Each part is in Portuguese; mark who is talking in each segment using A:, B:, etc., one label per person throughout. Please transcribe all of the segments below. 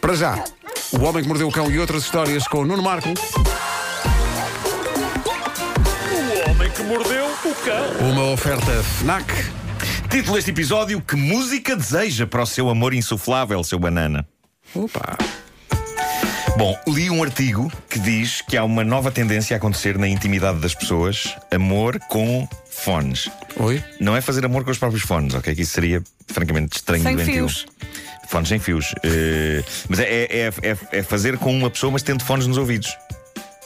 A: Para já, o homem que mordeu o cão e outras histórias com o Nuno Marco.
B: O homem que mordeu o cão.
A: Uma oferta FNAC.
C: Título deste episódio: Que música deseja para o seu amor insuflável, seu banana?
A: Opa!
C: Bom, li um artigo que diz que há uma nova tendência a acontecer na intimidade das pessoas: amor com fones.
A: Oi?
C: Não é fazer amor com os próprios fones, ok? Que isso seria francamente estranho
D: Sem
C: e doentio.
D: fios.
C: Fones sem fios. Eh, mas é, é- é- é fazer com uma pessoa, mas tendo fones nos ouvidos.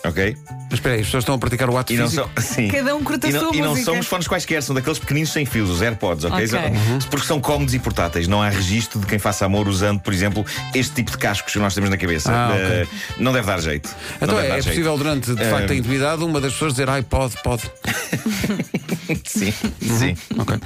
C: Ok?
A: Mas espera aí, as pessoas estão a praticar o ato
C: E não
A: físico?
C: são. Sim.
D: Cada um curta a
C: e não,
D: sua
C: e não
D: música.
C: são os fones quaisquer, são daqueles pequeninos sem fios, os AirPods, ok?
D: Ok.
C: São-
A: Uhum.
C: Porque são cómodos e portáteis. Não há registro de quem faça amor usando, por exemplo, este tipo de cascos que nós temos na cabeça.
A: Ah, ok.
C: Eh, Não deve dar jeito. Não
A: Então
C: deve
A: é,
C: dar
A: é
C: jeito.
A: possível durante, de facto, a
C: Eh,
A: intimidade, uma das pessoas dizer ai, pode, pode.
C: Sim,
A: Uhum.
C: sim.
A: Ok.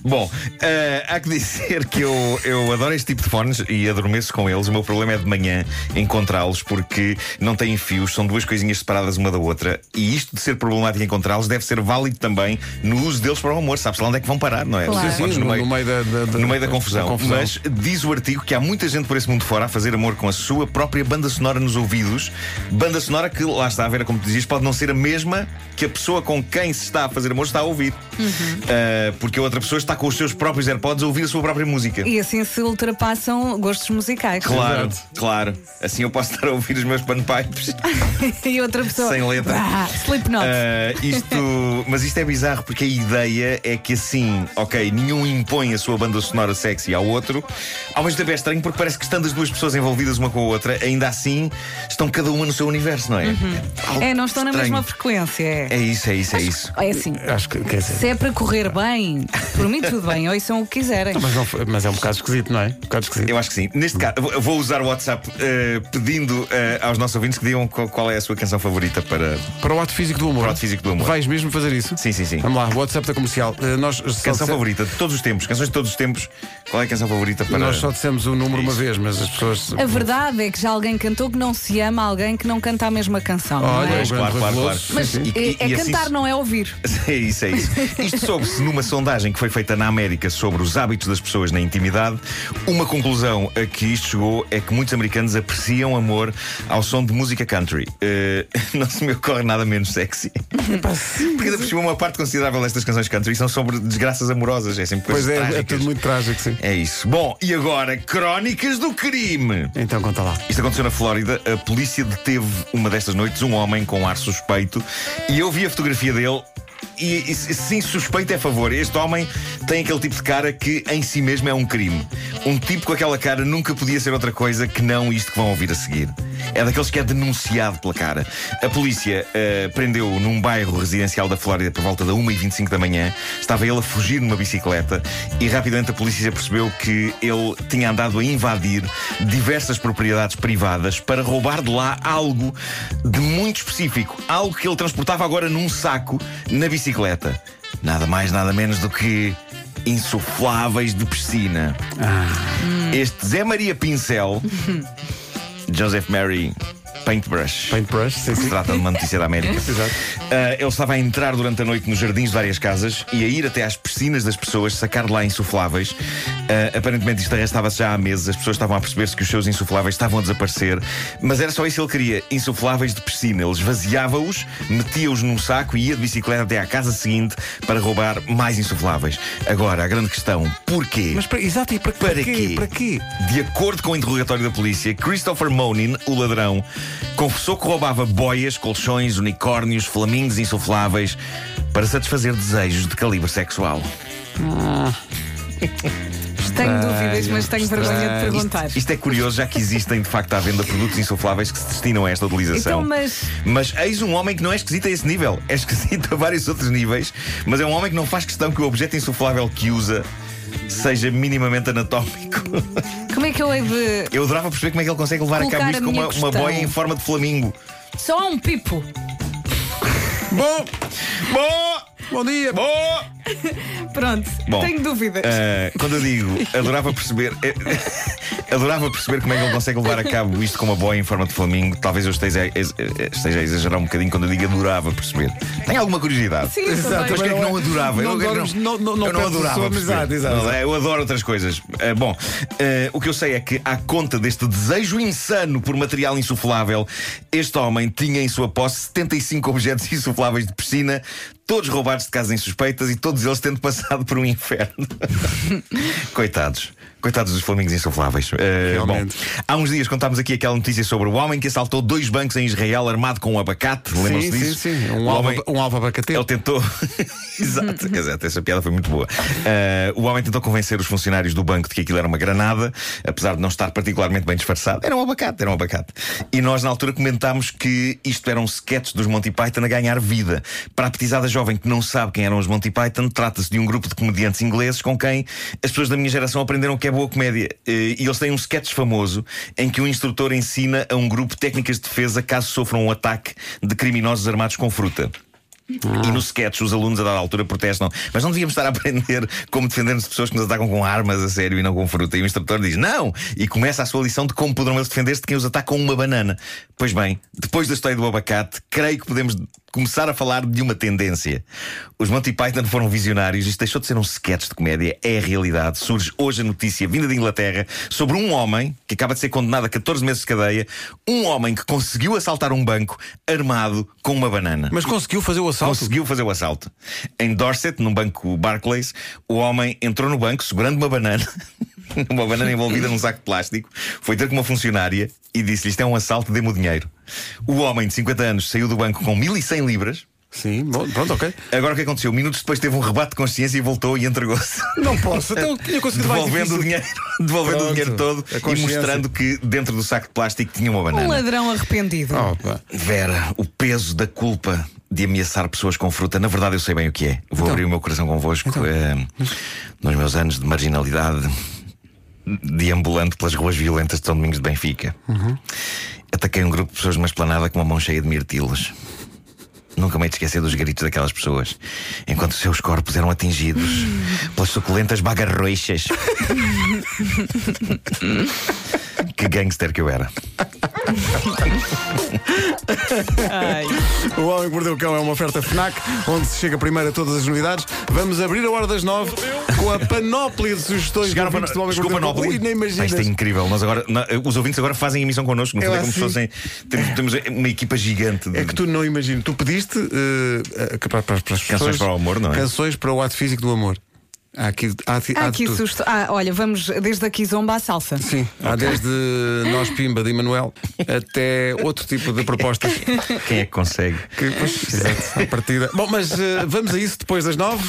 C: Bom, eh, há que dizer que eu, eu adoro este tipo de fones e adormeço com eles. O meu problema é de manhã encontrá-los porque não têm fios, são duas coisinhas separadas uma da outra. E isto de ser problemático encontrá-los deve ser válido também no uso deles para o amor. Sabe-se lá onde é que vão parar, não é?
D: Claro.
C: Os
A: Sim,
C: fones
A: sim, no meio da- da- da-
C: no meio da confusão.
A: da confusão.
C: Mas diz o artigo que há muita gente por esse mundo fora a fazer amor com a sua própria banda sonora nos ouvidos. Banda sonora que, lá está a ver, como tu dizias, pode não ser a mesma que a pessoa com quem se está a fazer amor está a ouvir. Ah, porque a outra pessoa está com os seus próprios AirPods a ouvir a sua própria música.
D: E assim se ultrapassam gostos musicais.
C: Claro, claro. Assim eu posso estar a ouvir os meus panpipes.
D: e outra pessoa.
C: Sem letra.
D: Bah, Slipknot.
C: Ah, isto, mas isto é bizarro porque a ideia é que assim, ok, nenhum impõe a sua banda sonora sexy ao outro. Ao mesmo tempo é estranho porque parece que estando as duas pessoas envolvidas uma com a outra, ainda assim estão cada uma no seu universo, não é? Algo
D: é, não estão na
C: estranho.
D: mesma frequência. É,
C: É isso, é isso, é isso.
D: é assim.
A: Acho que, quer dizer.
D: Se é para correr bem, por mim tudo bem, ouçam o que quiserem.
A: Mas, não foi- mas é um bocado esquisito, não é? Um bocado esquisito.
C: Eu acho que sim. Neste caso, eu vou usar o WhatsApp eh, pedindo eh, aos nossos ouvintes que digam qual, qual é a sua canção favorita para.
A: Para o ato físico do amor.
C: Para o ato físico do amor.
A: Vais mesmo fazer isso?
C: Sim, sim, sim.
A: Vamos lá, WhatsApp da comercial. Eh, nós só
C: Canção
A: disse-
C: favorita de todos os tempos, canções de todos os tempos. Qual é a canção favorita para.
A: Nós só dissemos o número uma
C: Isso.
A: vez, mas as pessoas.
D: A verdade é que já alguém cantou que não se ama alguém que não canta a mesma canção. não
A: Olha,
D: é?
C: Pois,
A: o grande
C: claro, claro,
A: Rui
C: claro.
A: Veloso.
D: Mas
A: Sim, sim.
C: e-
D: é,
C: e
D: é
C: assim
D: cantar,
C: se-
D: não é ouvir.
C: É isso, é isso. Isto soube-se numa sondagem que foi feita na América sobre os hábitos das pessoas na intimidade. Uma conclusão a que isto chegou é que muitos americanos apreciam amor ao som de música country. Eh, não se me ocorre nada menos sexy.
A: É
C: Porque ainda por cima uma parte considerável destas canções country são sobre desgraças amorosas. É sempre coisas
A: Pois é, é
C: trágicas.
A: tudo muito trágico, sim.
C: É isso. Bom, e agora, crónicas do crime.
A: Então conta lá.
C: Isto aconteceu na Flórida. A polícia deteve uma destas noites um homem com ar suspeito e eu vi a fotografia dele. E, e sim, suspeito é favor. Este homem tem aquele tipo de cara que em si mesmo é um crime. Um tipo com aquela cara nunca podia ser outra coisa que não isto que vão ouvir a seguir. É daqueles que é denunciado pela cara. A polícia eh, prendeu-o num bairro residencial da Flórida por volta da 1h25 da manhã. Estava ele a fugir numa bicicleta e rapidamente a polícia percebeu que ele tinha andado a invadir diversas propriedades privadas para roubar de lá algo de muito específico. Algo que ele transportava agora num saco na bicicleta. Nada mais, nada menos do que insufláveis de piscina. Este Zé Maria Pincel, Joseph Mary Paintbrush.
A: Paintbrush, sim,
C: Se
A: sim.
C: trata de uma notícia da América.
A: Exato.
C: Ah, ele estava a entrar durante a noite nos jardins de várias casas e a ir até às piscinas das pessoas, sacar de lá insufláveis. Ah, aparentemente isto arrastava-se já há meses, as pessoas estavam a perceber-se que os seus insufláveis estavam a desaparecer, mas era só isso que ele queria: insufláveis de piscina. Ele esvaziava-os, metia-os num saco e ia de bicicleta até à casa seguinte para roubar mais insufláveis. Agora, a grande questão: porquê?
A: Mas para, exato, e para,
C: Para
A: para
C: quê?
A: Para quê?
C: De acordo com o interrogatório da polícia, Christopher Monin, o ladrão, confessou que roubava boias, colchões, unicórnios, flamingos insufláveis para satisfazer desejos de calibre sexual.
D: Tenho dúvidas, mas tenho vergonha de
A: estranho.
D: perguntar.
C: Isto é curioso, já que existem de facto à venda produtos insufláveis que se destinam a esta utilização.
D: Então, mas-
C: Mas eis um homem que não é esquisito a esse nível. É esquisito a vários outros níveis, mas é um homem que não faz questão que o objeto insuflável que usa seja minimamente anatómico.
D: Como é que eu hei de.
C: Eu adorava perceber como é que ele consegue levar
D: Colocar
C: a cabo
D: a
C: isto com
D: minha
C: uma, uma
D: questão.
C: boia em forma de flamingo.
D: Só há um pipo!
A: Bom,
C: Bom!
A: Bom dia.
C: Boa!
D: Pronto,
C: Bom,
D: tenho dúvidas.
C: Ah, quando eu digo, adorava perceber. eh, adorava perceber como é que ele consegue levar a cabo isto com uma boia em forma de flamingo. Talvez eu esteja, a ex- esteja a exagerar um bocadinho quando eu digo adorava perceber. Tenho alguma curiosidade.
D: Sim,
A: Exato,
C: Mas
D: também.
C: quem é que não
A: Não
C: adorava? eu,
A: adoramos- não- não- não
C: eu não
A: pedes a
C: adorava.
A: sua
C: perceber.
A: amizade, exato,
C: Mas, é, Eu adoro outras coisas. Ah, bom, ah, o que eu sei é que, à conta deste desejo insano por material insuflável, este homem tinha em sua posse 75 objetos insufláveis de piscina, todos roubados de casas insuspeitas e todos eles tendo passado por um inferno. Coitados. Coitados dos flamingos insufláveis. Eh, bom,
A: Realmente.
C: há uns dias contámos aqui aquela notícia sobre o homem que assaltou dois bancos em Israel armado com um abacate.
A: Sim,
C: Lembram-se
A: sim,
C: disso?
A: sim. Um
C: O
A: alvo,
C: homem-
A: um alvo abacateu.
C: ele tentou. exato, exato, essa piada foi muito boa. Ah, o homem tentou convencer os funcionários do banco de que aquilo era uma granada, apesar de não estar particularmente bem disfarçado. Era um abacate, era um abacate. E nós, na altura, comentámos que isto era um sketch dos Monty Python a ganhar vida. Para a petizada jovem que não sabe quem eram os Monty Python, trata-se de um grupo de comediantes ingleses com quem as pessoas da minha geração aprenderam o que é boa comédia. Eh, E eles têm um sketch famoso em que um instrutor ensina a um grupo técnicas de defesa caso sofram um ataque de criminosos armados com fruta. E no sketch os alunos a dada altura protestam Mas não devíamos estar a aprender como defender-nos de pessoas que nos atacam com armas a sério e não com fruta E o instrutor diz não E começa a sua lição de como poderão eles defender-se de quem os ataca com uma banana Pois bem, depois da história do abacate Creio que podemos começar a falar de uma tendência Os Monty Python foram visionários Isto deixou de ser um sketch de comédia É a realidade Surge hoje a notícia vinda de Inglaterra Sobre um homem que acaba de ser condenado a 14 meses de cadeia Um homem que conseguiu assaltar um banco Armado com uma banana
A: Mas conseguiu fazer o assalto.
C: Conseguiu fazer o assalto. Em Dorset, num banco Barclays, o homem entrou no banco segurando uma banana, uma banana envolvida num saco de plástico, foi ter com uma funcionária e disse-lhe: Isto é um assalto, dê-me o dinheiro. O homem de 50 anos saiu do banco com 1100 libras.
A: Sim, bom, pronto, ok.
C: Agora o que aconteceu? Minutos depois teve um rebate de consciência e voltou e entregou-se.
A: Não posso, até eu então tinha conseguido mais
C: Devolvendo o
A: difícil.
C: dinheiro, devolvendo
A: Pronto,
C: o dinheiro todo
A: a
C: e
A: consciência.
C: mostrando que dentro do saco de plástico tinha uma
D: Um
C: banana.
D: ladrão arrependido.
A: Opa.
C: Vera, o peso da culpa de ameaçar pessoas com fruta, na verdade eu sei bem o que é. Vou abrir o meu coração convosco. Eh, nos meus anos de marginalidade, deambulante pelas ruas violentas de São Domingos de Benfica, ataquei um grupo de pessoas numa esplanada com uma mão cheia de mirtilos. Nunca me hei de esquecer dos gritos daquelas pessoas, enquanto seus corpos eram atingidos pelas suculentas bagarroixas. que gangster que eu era.
D: Ai.
A: O Homem que Mordeu o Cão é uma oferta FNAC, onde se chega primeiro a todas as novidades. Vamos abrir a hora das nove com a panóplia de sugestões
C: Chegaram
A: de
C: para
A: ouvintes do Homem que
C: Desculpa,
A: Mordeu o Cão.
C: Nópolis.
A: Ui, nem
C: Ah, Isto é
A: imaginas.
C: incrível. Nós agora, na- os ouvintes agora fazem emissão connosco. No
A: É
C: fundo é
A: lá
C: como se
A: assim.
C: fossem. Temos, temos uma equipa gigante. De...
A: É que tu não imaginas. Tu pediste eh, eh, para, para- para as pessoas,
C: Canções para o amor, não é?
A: Canções para o ato físico do amor. Há aqui, há, aqui- há
D: Ah,
A: de
D: que
A: tudo.
D: susto. Ah, olha, vamos desde aqui zomba à salsa.
A: Sim, há desde Nós Pimba de Emanuel até outro tipo de propostas
C: Quem é que consegue?
A: que, pois, exato, à partida. Bom, mas eh, vamos a isso depois das nove.